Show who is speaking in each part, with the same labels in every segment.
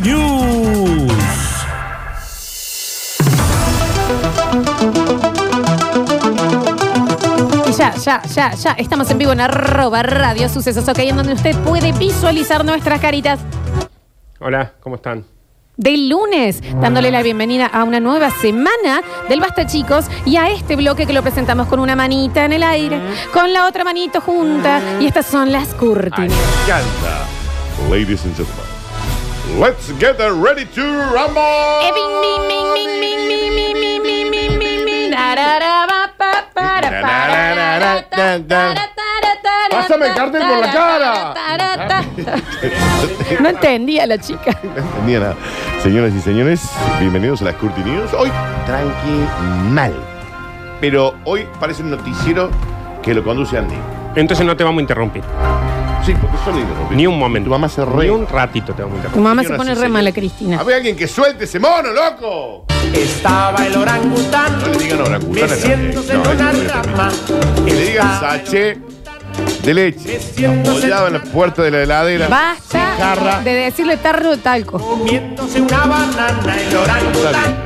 Speaker 1: News.
Speaker 2: Y ya, ya, ya, ya. Estamos en vivo en arroba radio sucesos, ok, en donde usted puede visualizar nuestras caritas
Speaker 3: Hola, ¿cómo están?
Speaker 2: del lunes, dándole la bienvenida a una nueva semana del Basta Chicos y a este bloque que lo presentamos con una manita en el aire, con la otra manito junta. Y estas son las
Speaker 3: Ay,
Speaker 2: curtinas.
Speaker 3: me encanta.
Speaker 4: Ladies and gentlemen, let's get ready to rumble.
Speaker 2: Eh, bing, bing, bing, bing, bing, bing, bing, bing, bing, bing, bing. Tarara, ba, pa, para, para, ta, ta, ta, ta, ta, ta,
Speaker 4: Pásame el
Speaker 2: ta,
Speaker 4: cartel por la
Speaker 2: ta,
Speaker 4: cara.
Speaker 2: ta, ta, ta, ta. No entendía la chica.
Speaker 4: No entendía nada. Señoras y señores, bienvenidos a las Curti News. Hoy, tranqui mal. Pero hoy parece un noticiero que lo conduce Andy.
Speaker 3: Entonces no te vamos a interrumpir.
Speaker 4: Sí, porque son interrumpidos.
Speaker 3: Ni un momento.
Speaker 4: Tu mamá se re.
Speaker 3: Ni un ratito te vamos a
Speaker 2: Tu
Speaker 3: interrumpir.
Speaker 2: mamá se
Speaker 4: Señoras
Speaker 2: pone
Speaker 4: y
Speaker 2: re
Speaker 4: señores.
Speaker 2: mala, Cristina.
Speaker 4: A ver, alguien que suelte ese mono, loco.
Speaker 5: Estaba el orangután
Speaker 4: No le digan orangután. a nadie.
Speaker 5: meciéndose
Speaker 4: No,
Speaker 5: en
Speaker 4: eso
Speaker 5: una
Speaker 4: no le permito.
Speaker 5: rama.
Speaker 4: Que le digan
Speaker 5: Estaba
Speaker 4: saché de leche.
Speaker 5: Meciéndose
Speaker 4: Apoyado en la puerta de la heladera.
Speaker 2: Basta de decirle tarro de talco.
Speaker 5: comiéndose una banana el orangután.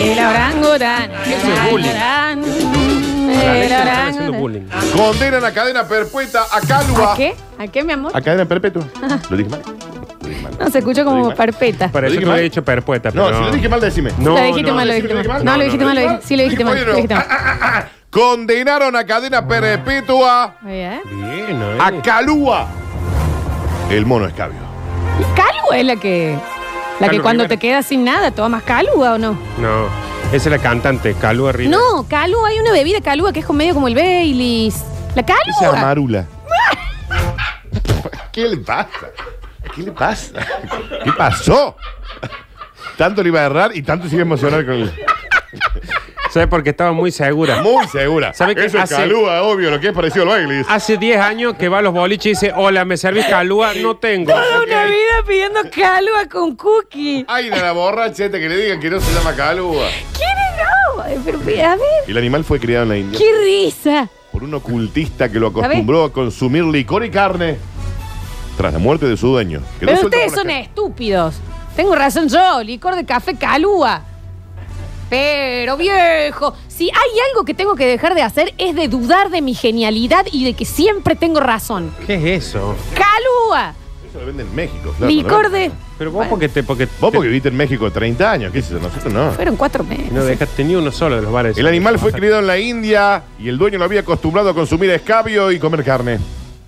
Speaker 2: El orangután.
Speaker 3: Eso es bullying.
Speaker 2: orangután,
Speaker 3: La
Speaker 2: El
Speaker 3: leche le están haciendo
Speaker 2: orangután.
Speaker 3: bullying.
Speaker 4: Condenan a cadena perpetua a Calva.
Speaker 2: ¿A qué? ¿A qué, mi amor?
Speaker 4: ¿A cadena perpetua?
Speaker 3: Ah.
Speaker 4: ¿Lo dije mal? Lo dije mal.
Speaker 2: No, se escuchó como perpeta.
Speaker 3: Para
Speaker 4: ¿Lo
Speaker 3: eso
Speaker 4: dije
Speaker 3: te lo
Speaker 4: mal?
Speaker 3: he dicho perpueta,
Speaker 4: No,
Speaker 3: pero
Speaker 4: si lo dije mal, decime.
Speaker 3: No,
Speaker 2: Lo dijiste
Speaker 3: no,
Speaker 2: mal, lo
Speaker 3: sí,
Speaker 2: dijiste
Speaker 3: lo dije
Speaker 2: mal.
Speaker 3: mal.
Speaker 2: No,
Speaker 3: No,
Speaker 2: lo
Speaker 3: no,
Speaker 2: dijiste
Speaker 3: lo
Speaker 2: mal, lo
Speaker 3: dije
Speaker 2: dijiste- sí, lo dijiste mal.
Speaker 4: Dijo,
Speaker 2: Lo dijiste
Speaker 4: ah,
Speaker 2: mal.
Speaker 4: ah, ah, ah. Condenaron a cadena perpetua
Speaker 2: Muy bien.
Speaker 3: Bien, ¿eh?
Speaker 4: a Calúa. El mono escabio.
Speaker 2: Calua es la que. La que
Speaker 3: Calua
Speaker 2: cuando
Speaker 3: Rivera.
Speaker 2: te quedas sin nada, tomas calúa o no?
Speaker 3: No, esa es la cantante, Calú arriba.
Speaker 2: No, calúa, hay una bebida calúa que es con medio como el Baileys. La
Speaker 4: Esa
Speaker 2: calúa.
Speaker 4: amarula. ¿Qué le pasa? ¿Qué le pasa? ¿Qué pasó? Tanto le iba a errar y tanto se iba a emocionar con él.
Speaker 3: ¿Sabes? Porque estaba muy segura.
Speaker 4: Muy segura.
Speaker 3: ¿Sabe qué
Speaker 4: Eso es
Speaker 3: hace?
Speaker 4: calúa, obvio, lo que es parecido al baile.
Speaker 3: Hace 10 años que va a los boliches y dice, hola, ¿me servís calúa? No tengo.
Speaker 2: Toda una vida pidiendo calúa con cookie.
Speaker 4: Ay, de la borracheta que le digan que no se llama calúa.
Speaker 2: ¿Quién es no? Ay, pero, a ver,
Speaker 4: El animal fue criado en la India
Speaker 2: qué risa.
Speaker 4: por un ocultista que lo acostumbró a consumir licor y carne tras la muerte de su dueño. quedó
Speaker 2: Pero
Speaker 4: suelto
Speaker 2: ustedes
Speaker 4: por
Speaker 2: son
Speaker 4: la calle.
Speaker 2: estúpidos. Tengo razón yo, licor de café calúa. Pero viejo, si hay algo que tengo que dejar de hacer es de dudar de mi genialidad y de que siempre tengo razón.
Speaker 3: ¿Qué es eso?
Speaker 2: Calúa,
Speaker 4: Eso lo venden en México. claro,
Speaker 2: licor
Speaker 4: ¿no?
Speaker 2: de...
Speaker 3: Pero vos porque te... Porque
Speaker 4: Vos porque viviste en México 30 años, qué sé yo, nosotros no.
Speaker 2: Fueron cuatro meses.
Speaker 3: No dejaste ni uno solo de los bares.
Speaker 4: El animal fue criado en la India y el dueño lo había acostumbrado a consumir escabio y comer carne.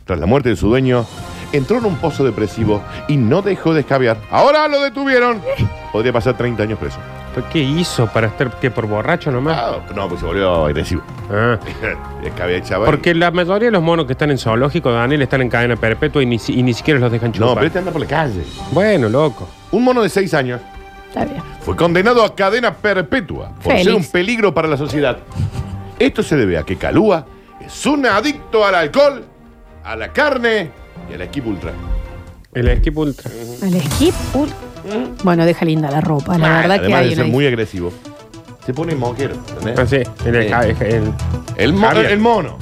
Speaker 4: Tras la muerte de su dueño, entró en un pozo depresivo y no dejó de escabiar. Ahora lo detuvieron. Podría pasar 30 años preso.
Speaker 3: ¿Pero ¿Qué hizo para estar que por borracho nomás?
Speaker 4: Ah, no, pues se volvió agresivo.
Speaker 3: Ah.
Speaker 4: Escabia, chaval.
Speaker 3: Porque la mayoría de los monos que están en zoológico, Daniel, están en cadena perpetua y ni, si- y ni siquiera los dejan
Speaker 4: No,
Speaker 3: chupar.
Speaker 4: pero este anda por la calle.
Speaker 3: Bueno, loco.
Speaker 4: Un mono de 6 años
Speaker 2: Está bien.
Speaker 4: fue condenado a cadena perpetua por
Speaker 2: Félix.
Speaker 4: ser un peligro para la sociedad. Esto se debe a que Calúa es un adicto al alcohol, a la carne y al equipo ultra.
Speaker 3: El equipo ultra.
Speaker 2: Al skip. ul- Bueno, deja linda la ropa, la verdad que
Speaker 4: Además
Speaker 2: hay
Speaker 4: de
Speaker 2: una...
Speaker 4: ser muy agresivo, se pone moquero. ¿entendés?
Speaker 3: Ah, sí, el, el- el-
Speaker 4: El, mo-
Speaker 3: Javier.
Speaker 4: el mono.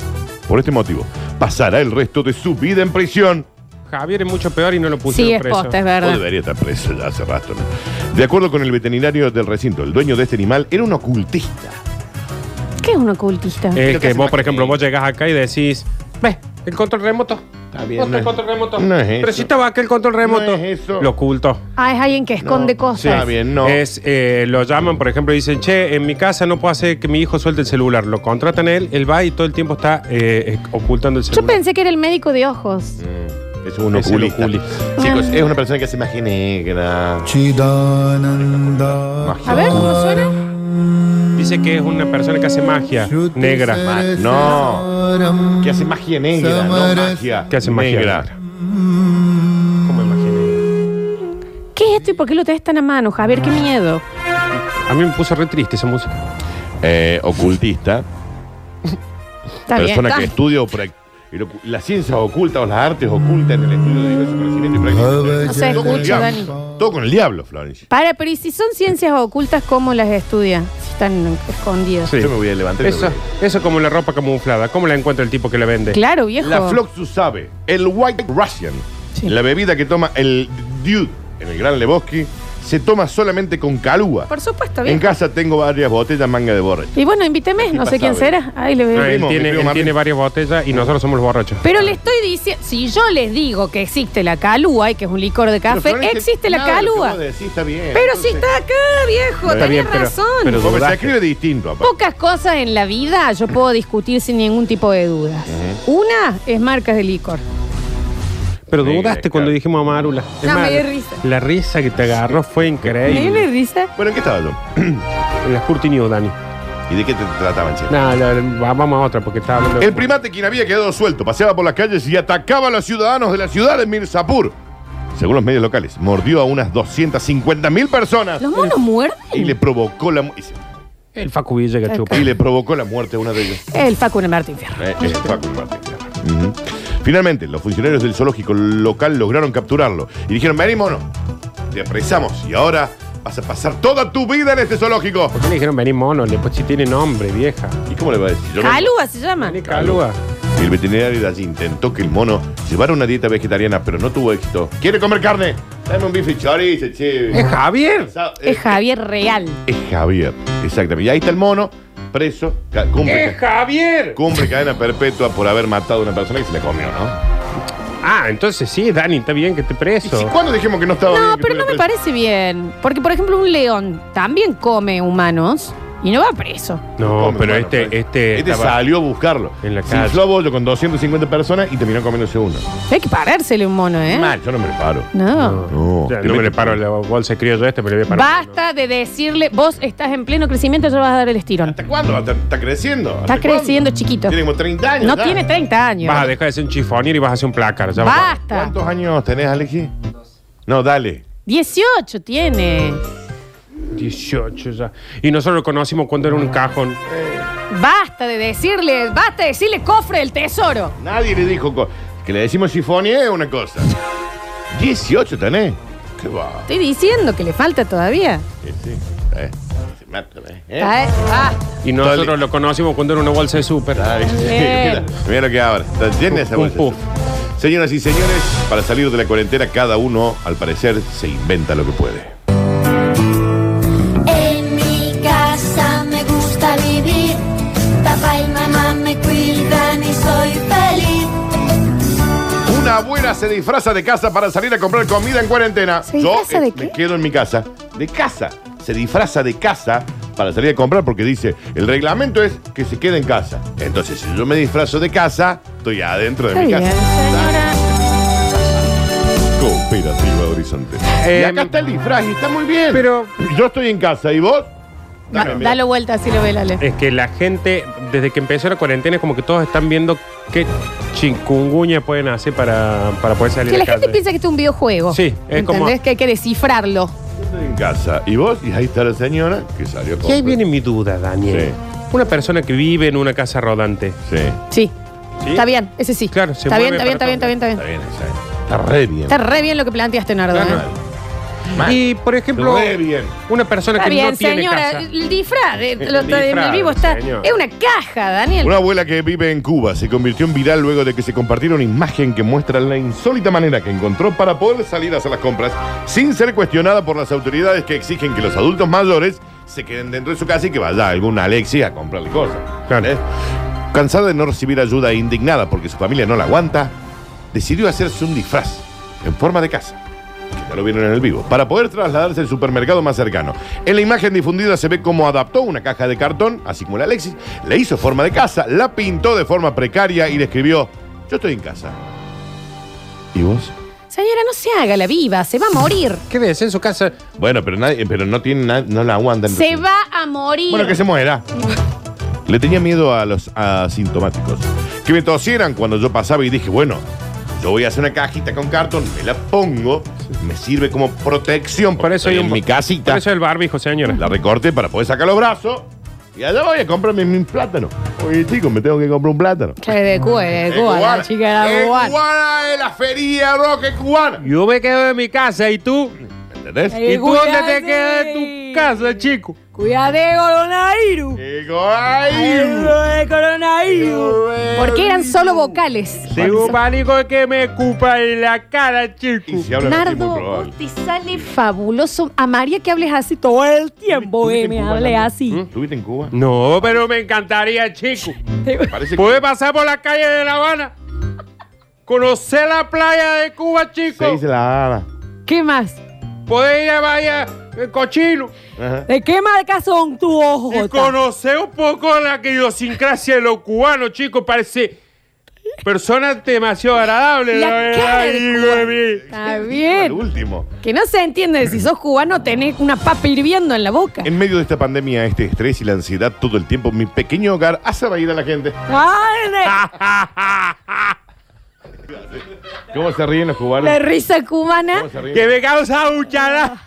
Speaker 4: Por este motivo, pasará el resto de su vida en prisión.
Speaker 3: Javier es mucho peor y no lo pusieron
Speaker 2: Sí, es
Speaker 3: preso.
Speaker 2: posta, es
Speaker 4: No
Speaker 2: verdad.
Speaker 4: debería estar preso ya hace rato. ¿no? De acuerdo con el veterinario del recinto, el dueño de este animal era un ocultista.
Speaker 2: ¿Qué es un ocultista?
Speaker 3: Es
Speaker 4: que
Speaker 3: que
Speaker 4: hace
Speaker 3: vos, por
Speaker 4: más
Speaker 3: ejemplo,
Speaker 4: que-
Speaker 3: vos llegás acá y decís, ve, el control remoto.
Speaker 4: Está bien,
Speaker 3: Vos
Speaker 4: no
Speaker 3: el
Speaker 4: es-
Speaker 3: control remoto.
Speaker 4: no es
Speaker 3: Pero
Speaker 4: eso.
Speaker 3: si estaba acá el control remoto.
Speaker 4: No es eso.
Speaker 3: Lo oculto.
Speaker 2: Ah, es alguien que esconde
Speaker 4: No,
Speaker 2: cosas.
Speaker 4: Está bien, no.
Speaker 3: Es, eh, lo llaman, por ejemplo, y dicen, che, en mi casa no puedo hacer que mi hijo suelte el celular. Lo contratan a él, él va y todo el tiempo está eh, eh, ocultando el
Speaker 2: Yo
Speaker 3: celular.
Speaker 2: pensé que era el médico de ojos.
Speaker 4: Mm, Es un
Speaker 3: Es el
Speaker 4: oculista.
Speaker 3: oculista.
Speaker 4: Chicos, es una persona que se magia negra.
Speaker 6: Chidananda.
Speaker 4: Magia.
Speaker 2: A ver, ¿cómo suena?
Speaker 3: Dice que es una persona que hace magia negra.
Speaker 4: No. Que hace magia negra, no magia.
Speaker 3: Que hace magia negra. ¿Cómo es magia negra?
Speaker 2: ¿Qué es esto y por qué lo tenés tan a mano, Javier? ¡Qué miedo!
Speaker 3: A mí me puso re triste esa música.
Speaker 4: eh, ocultista,
Speaker 2: Está bien,
Speaker 4: persona
Speaker 2: está.
Speaker 4: que estudia o prac- el ocu- las ciencias ocultas o las artes ocultas en el estudio de diversos conocimientos y prácticas.
Speaker 2: No sé,
Speaker 4: Todo con el
Speaker 2: escucho,
Speaker 4: diablo. Todo con el diablo, Florencia.
Speaker 2: Para, pero ¿y si son ciencias ocultas, cómo las estudia? Si están escondidas.
Speaker 3: Sí.
Speaker 4: Yo me voy a levantar. y me
Speaker 3: Eso,
Speaker 4: voy a ir.
Speaker 3: eso como la ropa camuflada. ¿Cómo la encuentra el tipo que la vende?
Speaker 2: Claro, viejo.
Speaker 4: La Floxus sabe, el White Russian,
Speaker 2: Sí.
Speaker 4: la bebida que toma el Dude en el Gran Lebowski, se toma solamente con calúa.
Speaker 2: Por supuesto,
Speaker 4: En
Speaker 2: viejo.
Speaker 4: casa tengo varias botellas manga de borre.
Speaker 2: Y bueno, invíteme, no sé
Speaker 4: pasa,
Speaker 2: quién será. Ahí le
Speaker 3: No,
Speaker 2: veo.
Speaker 4: Sí.
Speaker 3: Ah, él
Speaker 4: primo, mi
Speaker 3: tiene,
Speaker 4: primo
Speaker 3: él
Speaker 4: Martín.
Speaker 3: tiene varias botellas y nosotros somos los borrachos.
Speaker 2: Pero le estoy diciendo, si yo les digo que existe la calúa y que es un licor de café, existe la calúa.
Speaker 4: está bien.
Speaker 2: Pero si
Speaker 4: Entonces,
Speaker 2: está acá, viejo,
Speaker 4: Está
Speaker 2: tenés
Speaker 3: bien, pero-
Speaker 2: razón.
Speaker 3: pero-
Speaker 4: porque se
Speaker 3: dudaste.
Speaker 4: escribe distinto, aparte.
Speaker 2: Pocas cosas en la vida yo puedo discutir sin ningún tipo de dudas. Una es marcas de licor.
Speaker 3: Pero
Speaker 4: Sí,
Speaker 3: dudaste
Speaker 4: claro.
Speaker 3: cuando dijimos a Marula. Es
Speaker 2: No, me
Speaker 3: más,
Speaker 2: dio risa.
Speaker 3: La risa que te agarró fue
Speaker 2: ¿Me le
Speaker 3: increíble.
Speaker 2: dice?
Speaker 4: Bueno, ¿en qué estaba yo?
Speaker 3: En las Curti News, Dani.
Speaker 4: ¿Y de qué te trataban, che?
Speaker 3: No, la- va- vamos a otra porque estaba hablando. de-
Speaker 4: El primate quien había quedado suelto paseaba por las calles y atacaba a los ciudadanos de la ciudad de Mirzapur. Según los medios locales, mordió a unas 250 mil personas
Speaker 2: ¿Los monos
Speaker 4: y
Speaker 2: muerden?
Speaker 4: le provocó la mu- y se-
Speaker 3: El Facu Villa que chupa.
Speaker 4: y le provocó la muerte a una de ellas.
Speaker 2: El Facu de Martín Fierro.
Speaker 4: Eh, es Facu Martín, claro. Ujú. Finalmente, los funcionarios del zoológico local lograron capturarlo y dijeron, vení mono, te apresamos y ahora vas a pasar toda tu vida en este zoológico.
Speaker 3: ¿Por qué le dijeron venir mono? Después si tiene nombre, vieja.
Speaker 4: ¿Y cómo le va a decir? Yo no-
Speaker 2: Calúa se llama.
Speaker 3: Vení, Calúa.
Speaker 4: El veterinario de allí intentó que el mono llevara una dieta vegetariana, pero no tuvo éxito. ¿Quiere comer carne? Dame un bife chorizo, che.
Speaker 3: ¡Es Javier!
Speaker 4: Sa-
Speaker 2: Es
Speaker 4: eh,
Speaker 2: Javier Real.
Speaker 4: Es Javier, exactamente. Y ahí está el mono, preso, ca- cumple,
Speaker 3: ¡Es Javier!
Speaker 4: cumple cadena perpetua por haber matado a una persona que se la comió, ¿no?
Speaker 3: Ah, entonces sí, Dani, está bien que esté
Speaker 4: ¿Y si,
Speaker 3: preso.
Speaker 4: cuándo dijimos que no estaba bien
Speaker 2: No,
Speaker 4: que
Speaker 2: pero no
Speaker 4: estuviera
Speaker 2: me
Speaker 4: preso?
Speaker 2: parece bien. Porque, por ejemplo, un león también come humanos y no va preso.
Speaker 3: No,
Speaker 4: Come,
Speaker 3: pero
Speaker 4: hermano,
Speaker 3: este,
Speaker 4: parece.
Speaker 3: este.
Speaker 4: Este
Speaker 3: estaba-
Speaker 4: salió a buscarlo.
Speaker 3: en la
Speaker 4: Se
Speaker 3: calle.
Speaker 4: infló a bollo con 250 personas y terminó comiéndose uno.
Speaker 2: Hay que parársele un mono, ¿eh?
Speaker 4: Mal, yo no me le paro.
Speaker 2: No.
Speaker 4: No,
Speaker 3: O sea,
Speaker 4: te
Speaker 3: no me
Speaker 4: metes-
Speaker 3: le paro la bolsa de criollo a este, pero le voy a parar.
Speaker 2: Basta de decirle, vos estás en pleno crecimiento, ya vas a dar el estirón.
Speaker 4: ¿Hasta cuándo? ¿Hasta- ¿Está creciendo? ¿Hasta
Speaker 2: Está creciendo chiquito.
Speaker 4: cuándo? Tiene como 30 años.
Speaker 2: No
Speaker 4: ya.
Speaker 2: tiene 30 años.
Speaker 3: Vas a dejar de ser un chifonier y vas a hacer un placar. Ya va.
Speaker 2: Basta.
Speaker 4: ¿Cuántos años tenés, Alexi? No, dale.
Speaker 2: 18 tiene.
Speaker 3: 18 ya. Y nosotros lo conocimos cuando era un cajón.
Speaker 2: Basta de decirle, basta de decirle cofre del tesoro.
Speaker 4: Nadie le dijo co- que le decimos sifonie es una cosa. 18 tenés. ¿Qué va?
Speaker 2: Estoy diciendo que le falta todavía.
Speaker 4: Sí, sí. Eh, se mata, eh. Eh.
Speaker 2: Ah, eh, ah.
Speaker 3: Y nosotros
Speaker 4: Dale.
Speaker 3: lo conocimos cuando era una bolsa de súper.
Speaker 4: Dale.
Speaker 2: Bien.
Speaker 4: mira, mira lo que ahora. Está llena esa
Speaker 3: Pum,
Speaker 4: bolsa.
Speaker 3: pum,
Speaker 4: Señoras y señores, para salir de la cuarentena, cada uno, al parecer, se inventa lo que puede.
Speaker 6: En mi casa me gusta vivir. Papá y mamá me cuidan y soy feliz.
Speaker 4: Una abuela se disfraza de casa para salir a comprar comida en cuarentena.
Speaker 2: ¿Se
Speaker 4: Yo eh,
Speaker 2: disfraza de qué?
Speaker 4: me quedo en mi casa. De casa. Se disfraza de casa para salir a comprar porque dice, el reglamento es que se quede en casa. Entonces, si yo me disfrazo de casa, estoy adentro de
Speaker 2: Está
Speaker 4: mi
Speaker 2: bien,
Speaker 4: casa.
Speaker 2: señora.
Speaker 4: Cooperativa Horizonte. y
Speaker 3: Eh,
Speaker 4: acá está el disfraz y está muy bien.
Speaker 3: pero-
Speaker 4: Yo estoy en casa. ¿Y vos?
Speaker 2: Va,
Speaker 4: Dame, mira.
Speaker 2: Dalo vuelta, así lo ve Ale.
Speaker 3: Es que la gente, desde que empezó la cuarentena, es como que todos están viendo qué chikunguña pueden hacer para, para poder salir
Speaker 2: Que
Speaker 3: de
Speaker 2: la
Speaker 3: casa.
Speaker 2: gente piensa que esto es un videojuego.
Speaker 3: Sí, es como-
Speaker 2: ¿Entendés? Que hay que descifrarlo.
Speaker 4: Yo estoy en casa. ¿Y vos? Y ahí está la señora que salió
Speaker 3: Y
Speaker 4: a
Speaker 3: ahí
Speaker 4: comprar.
Speaker 3: viene mi duda, Daniel. Una persona que vive en una casa rodante.
Speaker 4: Sí.
Speaker 2: Sí.
Speaker 3: ¿sí?
Speaker 2: Está bien, ese sí.
Speaker 3: Claro, se
Speaker 2: está bien,
Speaker 3: mueve
Speaker 2: está bien, está
Speaker 3: para
Speaker 2: bien, está
Speaker 3: todo.
Speaker 2: bien, está bien.
Speaker 4: Está bien, esa. ¿eh? Está re bien.
Speaker 2: Está re bien lo que planteaste, Nardo.
Speaker 3: Claro.
Speaker 2: ¿eh?
Speaker 4: Mal.
Speaker 3: Y, por ejemplo,
Speaker 4: Re bien.
Speaker 3: una persona
Speaker 2: Está
Speaker 3: que
Speaker 2: bien,
Speaker 3: no tiene
Speaker 2: señora.
Speaker 3: casa.
Speaker 2: El disfraz, eh, lo
Speaker 3: El
Speaker 2: está en el
Speaker 3: disfraz,
Speaker 2: vivo está.
Speaker 3: señor.
Speaker 2: Es una caja, Daniel.
Speaker 4: Una abuela que vive en Cuba se convirtió en viral luego de que se compartiera una imagen que muestra la insólita manera que encontró para poder salir a hacer las compras sin ser cuestionada por las autoridades que exigen que los adultos mayores se queden dentro de su casa y que vaya algún Alexis a comprarle cosas.
Speaker 3: Claro.
Speaker 4: ¿Eh? Cansada de no recibir ayuda e indignada porque su familia no la aguanta, decidió hacerse un disfraz en forma de casa. que Ya lo vieron en el vivo. Para poder trasladarse al supermercado más cercano. En la imagen difundida se ve cómo adaptó una caja de cartón, así como la Alexis, le hizo forma de casa, la pintó de forma precaria y le escribió: Yo estoy en casa. ¿Y vos?
Speaker 2: Señora, no se haga la viva, se va a morir.
Speaker 3: ¿Qué ves en su casa?
Speaker 4: Bueno, pero nadie, eh, pero no tiene na- no la aguantan.
Speaker 2: Se va a morir.
Speaker 4: Bueno, que se muera. Le tenía miedo a los asintomáticos. Que me tosieran cuando yo pasaba y dije, bueno, yo voy a hacer una cajita con cartón, me la pongo, me sirve como protección.
Speaker 3: Por eso
Speaker 4: porque
Speaker 3: hay
Speaker 4: estoy
Speaker 3: un-
Speaker 4: en mi casita.
Speaker 3: Por eso el barbijo, señora.
Speaker 4: La recorté para poder sacar los brazos Y allá voy a comprarme mi plátano. Oye, chicos, me tengo que comprar un plátano.
Speaker 2: Che, de Cuba, de Cuba, la chica era
Speaker 4: Es
Speaker 2: cubana.
Speaker 4: cubana de la feria, Roque cubana.
Speaker 3: Yo me quedo en mi casa y tú.
Speaker 4: ¿Entendés?
Speaker 2: Eh.
Speaker 3: ¿Y tú dónde te
Speaker 2: cuidado,
Speaker 3: quedas
Speaker 2: sí.
Speaker 3: en tu casa, chico?
Speaker 2: Cuidadeo, coronavirus.
Speaker 4: Digo, ay.
Speaker 2: de coronavirus. Porque eran solo vocales.
Speaker 3: Tengo un pánico que me ocupa en la cara,
Speaker 4: Y
Speaker 3: chico.
Speaker 4: si hablan así, muy
Speaker 2: Nardo,
Speaker 4: probable.
Speaker 2: vos te sale fabuloso. A María que hables así todo el tiempo, eh, me hable así.
Speaker 4: ¿Estuviste ¿Mm? en Cuba?
Speaker 3: No, pero me encantaría, chico.
Speaker 2: Pues,
Speaker 4: Parece
Speaker 3: Pude pasar por la calle de La Habana. Conocer la playa de Cuba,
Speaker 4: se
Speaker 3: chico.
Speaker 4: dice la gana.
Speaker 2: ¿Qué más?
Speaker 3: Poder ir a Bahía eh, Cochino.
Speaker 4: Ajá.
Speaker 2: ¿De qué marca son tus ojos?
Speaker 3: Y conocer un poco la idiosincrasia de los cubanos, chicos. Parece personas demasiado agradables,
Speaker 2: La
Speaker 3: la,
Speaker 2: cara
Speaker 3: verdad,
Speaker 2: de
Speaker 3: hijo de mí.
Speaker 2: Está
Speaker 4: El
Speaker 2: bien.
Speaker 4: último.
Speaker 2: Que no se entiende si sos cubano tenés una papa hirviendo en la boca.
Speaker 4: En medio de esta pandemia, este estrés y la ansiedad todo el tiempo, mi pequeño hogar hace reír a la gente.
Speaker 2: ¡Ay,
Speaker 4: ¿Cómo se ríen los
Speaker 2: de, de
Speaker 4: cubanos?
Speaker 2: risa cubana!
Speaker 4: ¿Cómo se
Speaker 3: Que
Speaker 4: ríen?
Speaker 3: me causa buchada.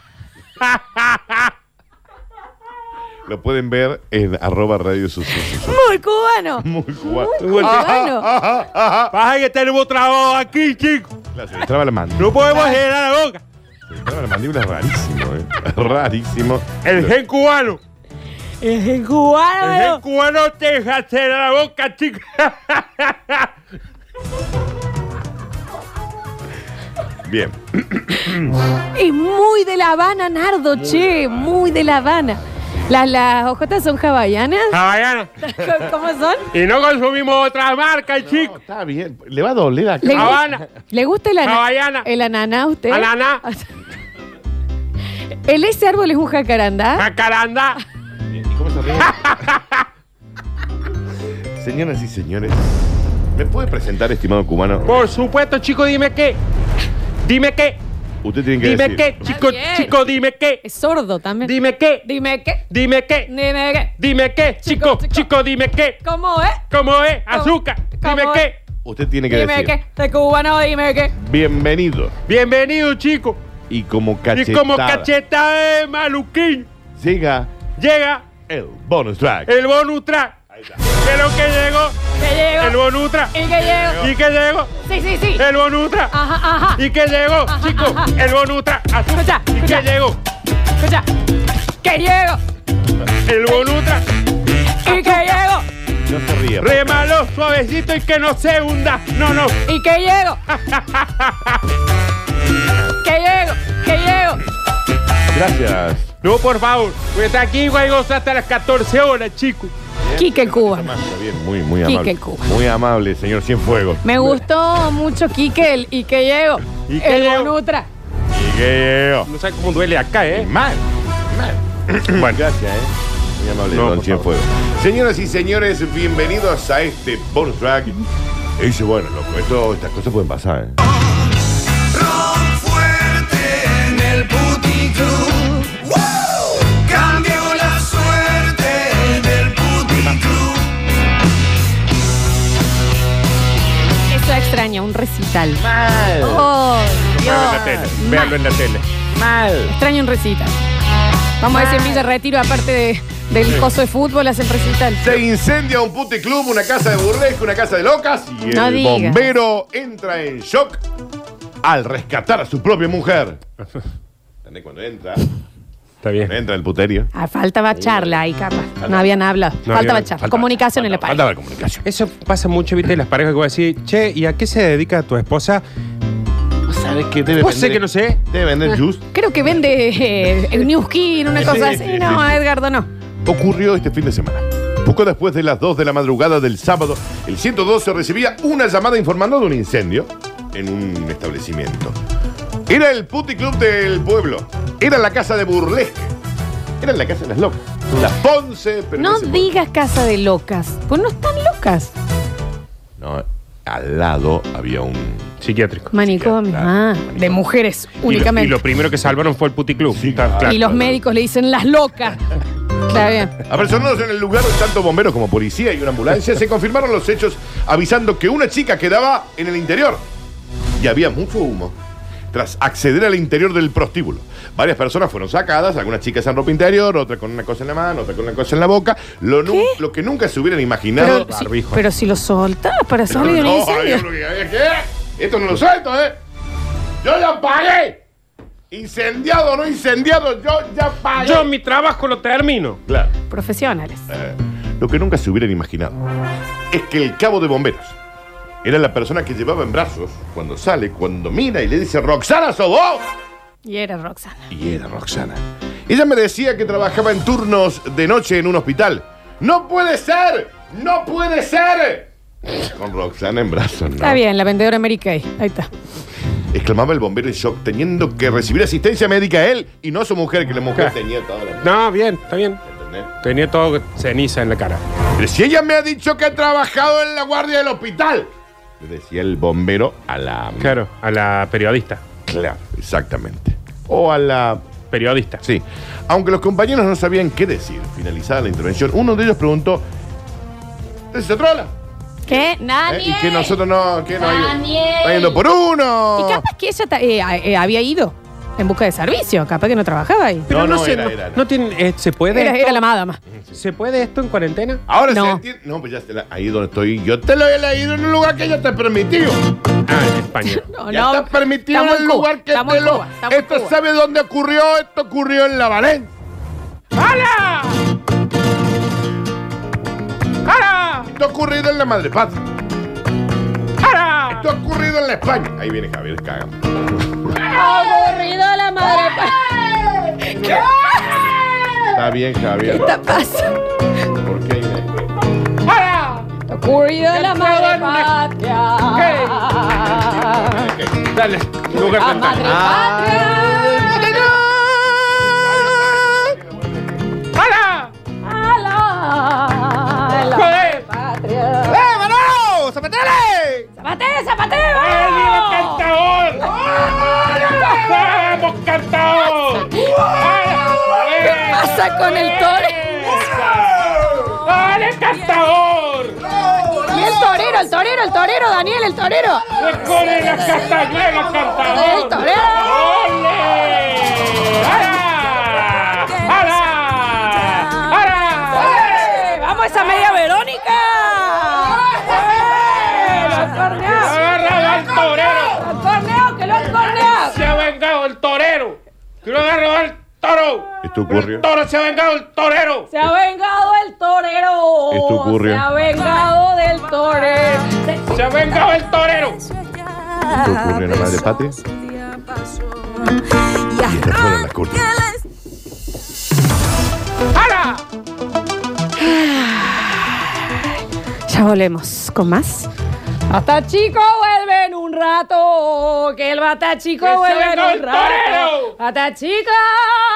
Speaker 4: Lo pueden ver en arroba radio sucio.
Speaker 2: ¡Muy cubano!
Speaker 4: Muy cubano.
Speaker 2: cubano.
Speaker 4: Ah, ah, ah,
Speaker 3: Pasa que tenemos trabajo aquí, chicos.
Speaker 4: ah. La- Se le traba la mandíbula.
Speaker 3: No podemos generar la boca.
Speaker 4: Se le traba la mandíbula, es rarísimo, eh. Rarísimo.
Speaker 3: El gen cubano.
Speaker 2: ¡Es el
Speaker 3: El
Speaker 2: cubano!
Speaker 3: gen cubano te deja hacer la boca, chicos.
Speaker 4: Bien.
Speaker 2: Es muy de La Habana, Nardo, che, muy de La Habana. ¿Las, las ojotas son hawaianas?
Speaker 3: Havaiana.
Speaker 2: ¿Cómo son?
Speaker 3: Y no consumimos otra marca,
Speaker 4: No,
Speaker 3: chicos.
Speaker 4: está bien. Le va a doler acá.
Speaker 2: Le-
Speaker 3: Habana.
Speaker 2: ¿Le gusta el, ana-
Speaker 3: Hawaiana.
Speaker 2: el ananá a usted?
Speaker 3: Ananá.
Speaker 2: ¿El ese árbol es un
Speaker 3: Ah.
Speaker 2: jacarandá?
Speaker 3: Jacaranda.
Speaker 4: ¿Y cómo se ríen? Señoras y señores, ¿me puede presentar, estimado cubano?
Speaker 3: Por supuesto, chico, dime qué. Dime qué.
Speaker 4: Usted tiene que
Speaker 3: Dime
Speaker 4: decir.
Speaker 3: qué, chico,
Speaker 2: bien.
Speaker 3: chico, dime qué.
Speaker 2: Es sordo también.
Speaker 3: Dime qué.
Speaker 2: Dime qué.
Speaker 3: Dime qué.
Speaker 2: Dime qué.
Speaker 3: Dime qué, chico,
Speaker 2: Chico, chico.
Speaker 3: chico, dime qué.
Speaker 2: ¿Cómo es?
Speaker 3: ¿Cómo es? Azúcar.
Speaker 2: ¿Cómo
Speaker 3: Dime
Speaker 2: es?
Speaker 3: qué.
Speaker 4: Usted tiene que
Speaker 2: Dime
Speaker 4: decir.
Speaker 2: qué. De cubano, dime qué.
Speaker 4: Bienvenido.
Speaker 3: Bienvenido, chico.
Speaker 4: Y como cachetada.
Speaker 3: Y como cachetada de maluquín,
Speaker 4: Llega
Speaker 3: llega
Speaker 4: el bonus track.
Speaker 3: el bonus track. Que lo que llegó,
Speaker 2: Que llego.
Speaker 3: el bonus track.
Speaker 2: Y que llego.
Speaker 3: Y que llegó,
Speaker 2: Sí, sí, sí.
Speaker 3: el bonus track.
Speaker 2: Ajá, ajá.
Speaker 3: Y que llegó,
Speaker 2: Ah,
Speaker 3: chico, el bonus track.
Speaker 2: Escucha,
Speaker 3: Azúcar. Y
Speaker 2: escucha.
Speaker 3: que llegó,
Speaker 2: Escucha. Que llego.
Speaker 3: el bonus track.
Speaker 2: Y que llego.
Speaker 4: No se ría.
Speaker 3: Remalo suavecito y que no se hunda. No, no.
Speaker 2: Y que llego. que llego. Que llego.
Speaker 4: Gracias.
Speaker 3: No, por favor. Porque está aquí Guaygosa hasta las 14 horas, chico.
Speaker 2: Quique el cubano.
Speaker 4: Está bien, muy, muy
Speaker 2: Quique
Speaker 4: amable.
Speaker 2: el Cuba.
Speaker 4: Muy amable, señor Cienfuegos.
Speaker 2: Me gustó mucho Quique el y que llego.
Speaker 3: Y que
Speaker 2: el
Speaker 3: llego.
Speaker 2: Bonutra.
Speaker 4: Y que
Speaker 3: No sabes cómo duele acá, ¿eh?
Speaker 4: Mal. Mal. bueno, gracias, ¿eh? Muy amable,
Speaker 3: No, por
Speaker 4: don
Speaker 3: favor.
Speaker 4: Cienfuegos. Señoras y señores, bienvenidos a este bonus track. Y dice, bueno, loco, esto, estas cosas pueden pasar, ¿eh?
Speaker 7: Rock fuerte en el puticlub. Cambió la suerte del puticlub.
Speaker 2: Eso extraña, un recital. Oh,
Speaker 3: Véalo en la tele.
Speaker 2: Dios.
Speaker 3: Véalo en la tele.
Speaker 2: Extraño un recital. Vamos a decir en Villa Retiro, aparte de- del coso de fútbol, hacen recital.
Speaker 4: Se incendia un puticlub, una casa de burlesque, una casa de locas y
Speaker 2: No
Speaker 4: el
Speaker 2: digas.
Speaker 4: bombero entra en shock al rescatar a su propia mujer. ¿Entendés? Cuando entra,
Speaker 3: Está bien.
Speaker 4: entra el puterio.
Speaker 2: Ah, faltaba charla ahí, capaz. No habían hablado.
Speaker 3: No
Speaker 2: faltaba
Speaker 3: había-
Speaker 2: charla.
Speaker 4: Faltaba-
Speaker 2: Comunicación en la
Speaker 4: faltaba-
Speaker 2: pared.
Speaker 4: Faltaba comunicación.
Speaker 3: Eso pasa mucho, viste, las parejas que voy a decir, che, ¿y a qué se dedica tu esposa?
Speaker 4: ¿Sabes qué debe
Speaker 3: Vos sé que no sé.
Speaker 4: Debe vender juice.
Speaker 2: Creo que vende eh, el New Skin, una
Speaker 4: Sí,
Speaker 2: cosa
Speaker 4: sí,
Speaker 2: así.
Speaker 4: sí,
Speaker 2: No,
Speaker 4: sí.
Speaker 2: Edgardo, no.
Speaker 4: Ocurrió este fin de semana. Poco después de las 2 de la madrugada del sábado, el 112 recibía una llamada informando de un incendio en un establecimiento. Era el puticlub del pueblo. Era la casa de burlesque. Era la casa de las locas. Las Ponce, pero en
Speaker 2: No
Speaker 4: ese pueblo.
Speaker 2: digas casa de locas. Pues no están locas.
Speaker 4: No, al lado había un.
Speaker 3: Psiquiátrico.
Speaker 2: Manicomios.
Speaker 4: claro,
Speaker 2: Ah,
Speaker 4: manicomio.
Speaker 2: de mujeres
Speaker 3: Y lo, y
Speaker 2: únicamente.
Speaker 3: lo primero que salvaron fue el puticlub.
Speaker 4: Sí,
Speaker 3: Está
Speaker 4: claro.
Speaker 3: claro.
Speaker 2: Y los médicos le dicen las locas. Está bien.
Speaker 4: Apresonados en el lugar, tanto bomberos como policía y una ambulancia se confirmaron los hechos avisando que una chica quedaba en el interior y había mucho humo. Tras acceder al interior del prostíbulo, Varias personas fueron sacadas, algunas chicas en ropa interior, otra con una cosa en la mano, otra con una cosa en la boca. Lo, nu- lo que nunca se hubieran imaginado. ¿eh?
Speaker 2: Pero, si, pero si lo soltas para salir de un
Speaker 4: No,
Speaker 2: incendio.
Speaker 4: había- había- ¿eh? ¿qué? Esto no lo suelto, ¿eh? Yo ya pagué. Incendiado o no incendiado, yo ya pagué.
Speaker 3: Yo mi trabajo lo termino.
Speaker 4: Claro.
Speaker 2: Profesionales.
Speaker 4: Eh. Lo que nunca se hubieran imaginado es que el cabo de bomberos era la persona que llevaba en brazos cuando sale, cuando mira y le dice, Roxana, sos vos.
Speaker 2: Y era Roxana.
Speaker 4: Y era Roxana. Ella me decía que trabajaba en turnos de noche en un hospital. ¡No puede ser! ¡No puede ser! Con Roxana en brazos, ¿no?
Speaker 2: Está bien, la vendedora Mary Kay. Ahí está.
Speaker 4: Exclamaba el bombero en shock, teniendo que recibir asistencia médica a él y no a su mujer, que la mujer
Speaker 3: Claro.
Speaker 4: tenía toda la...
Speaker 3: No, bien, está bien.
Speaker 4: ¿entendés?
Speaker 3: Tenía todo ceniza en la cara.
Speaker 4: Pero si ella me ha dicho que ha trabajado en la guardia del hospital. Le decía el bombero a la...
Speaker 3: Claro, a la periodista.
Speaker 4: Claro, exactamente. O a la...
Speaker 3: Periodista.
Speaker 4: Sí. Aunque los compañeros no sabían qué decir, finalizada la intervención, uno de ellos preguntó... ¿Usted se trola?
Speaker 2: ¿Qué?
Speaker 4: ¿Eh?
Speaker 2: Nadie.
Speaker 4: Y que nosotros no... Que no hay-
Speaker 2: Daniel.
Speaker 4: está yendo por
Speaker 2: Y
Speaker 4: uno.
Speaker 2: capaz que ella ta- eh, a- eh, había ido en busca de servicio. Capaz que no trabajaba ahí.
Speaker 4: No, no,
Speaker 3: se,
Speaker 4: era, era.
Speaker 3: no tienen- eh, ¿se puede
Speaker 2: Era,
Speaker 3: esto?
Speaker 2: era la madama.
Speaker 3: ¿Se puede esto en cuarentena?
Speaker 4: Ahora
Speaker 2: No.
Speaker 4: se entiende... No, pues ya está ahí donde estoy. Yo te lo he leído en un lugar que ya te permitido.
Speaker 3: Ah, en España.
Speaker 2: Oh, No,
Speaker 4: Ya está permitido en
Speaker 2: Estamos
Speaker 4: el
Speaker 2: Cuba,
Speaker 4: lugar que
Speaker 2: estamos
Speaker 4: te
Speaker 2: en
Speaker 4: lo...
Speaker 2: Cuba, estamos en
Speaker 4: Esto
Speaker 2: Cuba.
Speaker 4: sabe dónde ocurrió, esto ocurrió en la Valencia. ¡Hala! ¡Hala! Esto ha ocurrido en la madre patria. ¡Hala! Esto ha ocurrido en la España. Ahí viene Javier, caga.
Speaker 2: Aburrido la madre. ¿Qué
Speaker 4: Está bien, Javier.
Speaker 2: está pasando?
Speaker 4: ¿Por qué hay una escuela?
Speaker 2: Ocurrido la madre patria.
Speaker 4: Ok.
Speaker 3: Dale, lugar
Speaker 2: La
Speaker 3: central.
Speaker 2: madre patria.
Speaker 3: ¡Hala!
Speaker 2: A la, la
Speaker 3: ¡Joder!
Speaker 2: patria.
Speaker 4: ¡Eh, varón! ¡Zapatele!
Speaker 2: ¡Zapateo, zapateo!
Speaker 3: cantador! ¡Vamos, cantador!
Speaker 2: ¿Qué pasa con el torero?
Speaker 3: ¡Dale, cantador!
Speaker 2: Y el torero, el torero, el torero, Daniel, el torero.
Speaker 3: Pues ¡Recorre la castañuela,
Speaker 2: El
Speaker 3: cantador!
Speaker 2: torero.
Speaker 3: ¡Ole! ¡Hala! ¡Hala! ¡Hala!
Speaker 2: ¡Eh! ¡Vamos esa media Verónica! ¡Eh! ¡Lo han corneado!
Speaker 3: ¡Agarra al torero!
Speaker 2: ¡Lo han corneado, que lo han corneado!
Speaker 3: ¡Se ha vengado el torero! ¡Que lo agarra al toro!
Speaker 4: Esto ocurrió.
Speaker 3: ¡El toro se ha vengado el torero!
Speaker 2: ¡Se ha vengado el torero!
Speaker 4: Esto ocurrió.
Speaker 2: ¡Se ha vengado del torero!
Speaker 3: ¡Se ha vengado el torero!
Speaker 4: Esto ocurrió en la madre patria. Y estas fueron las cortinas.
Speaker 3: ¡Hala!
Speaker 2: Ya volvemos con más. Hasta chico vuelve en un rato, que el bata chico
Speaker 3: ¡Que se
Speaker 2: vuelve en
Speaker 3: venga
Speaker 2: un
Speaker 3: el
Speaker 2: rato.
Speaker 3: torero!
Speaker 2: Hasta chica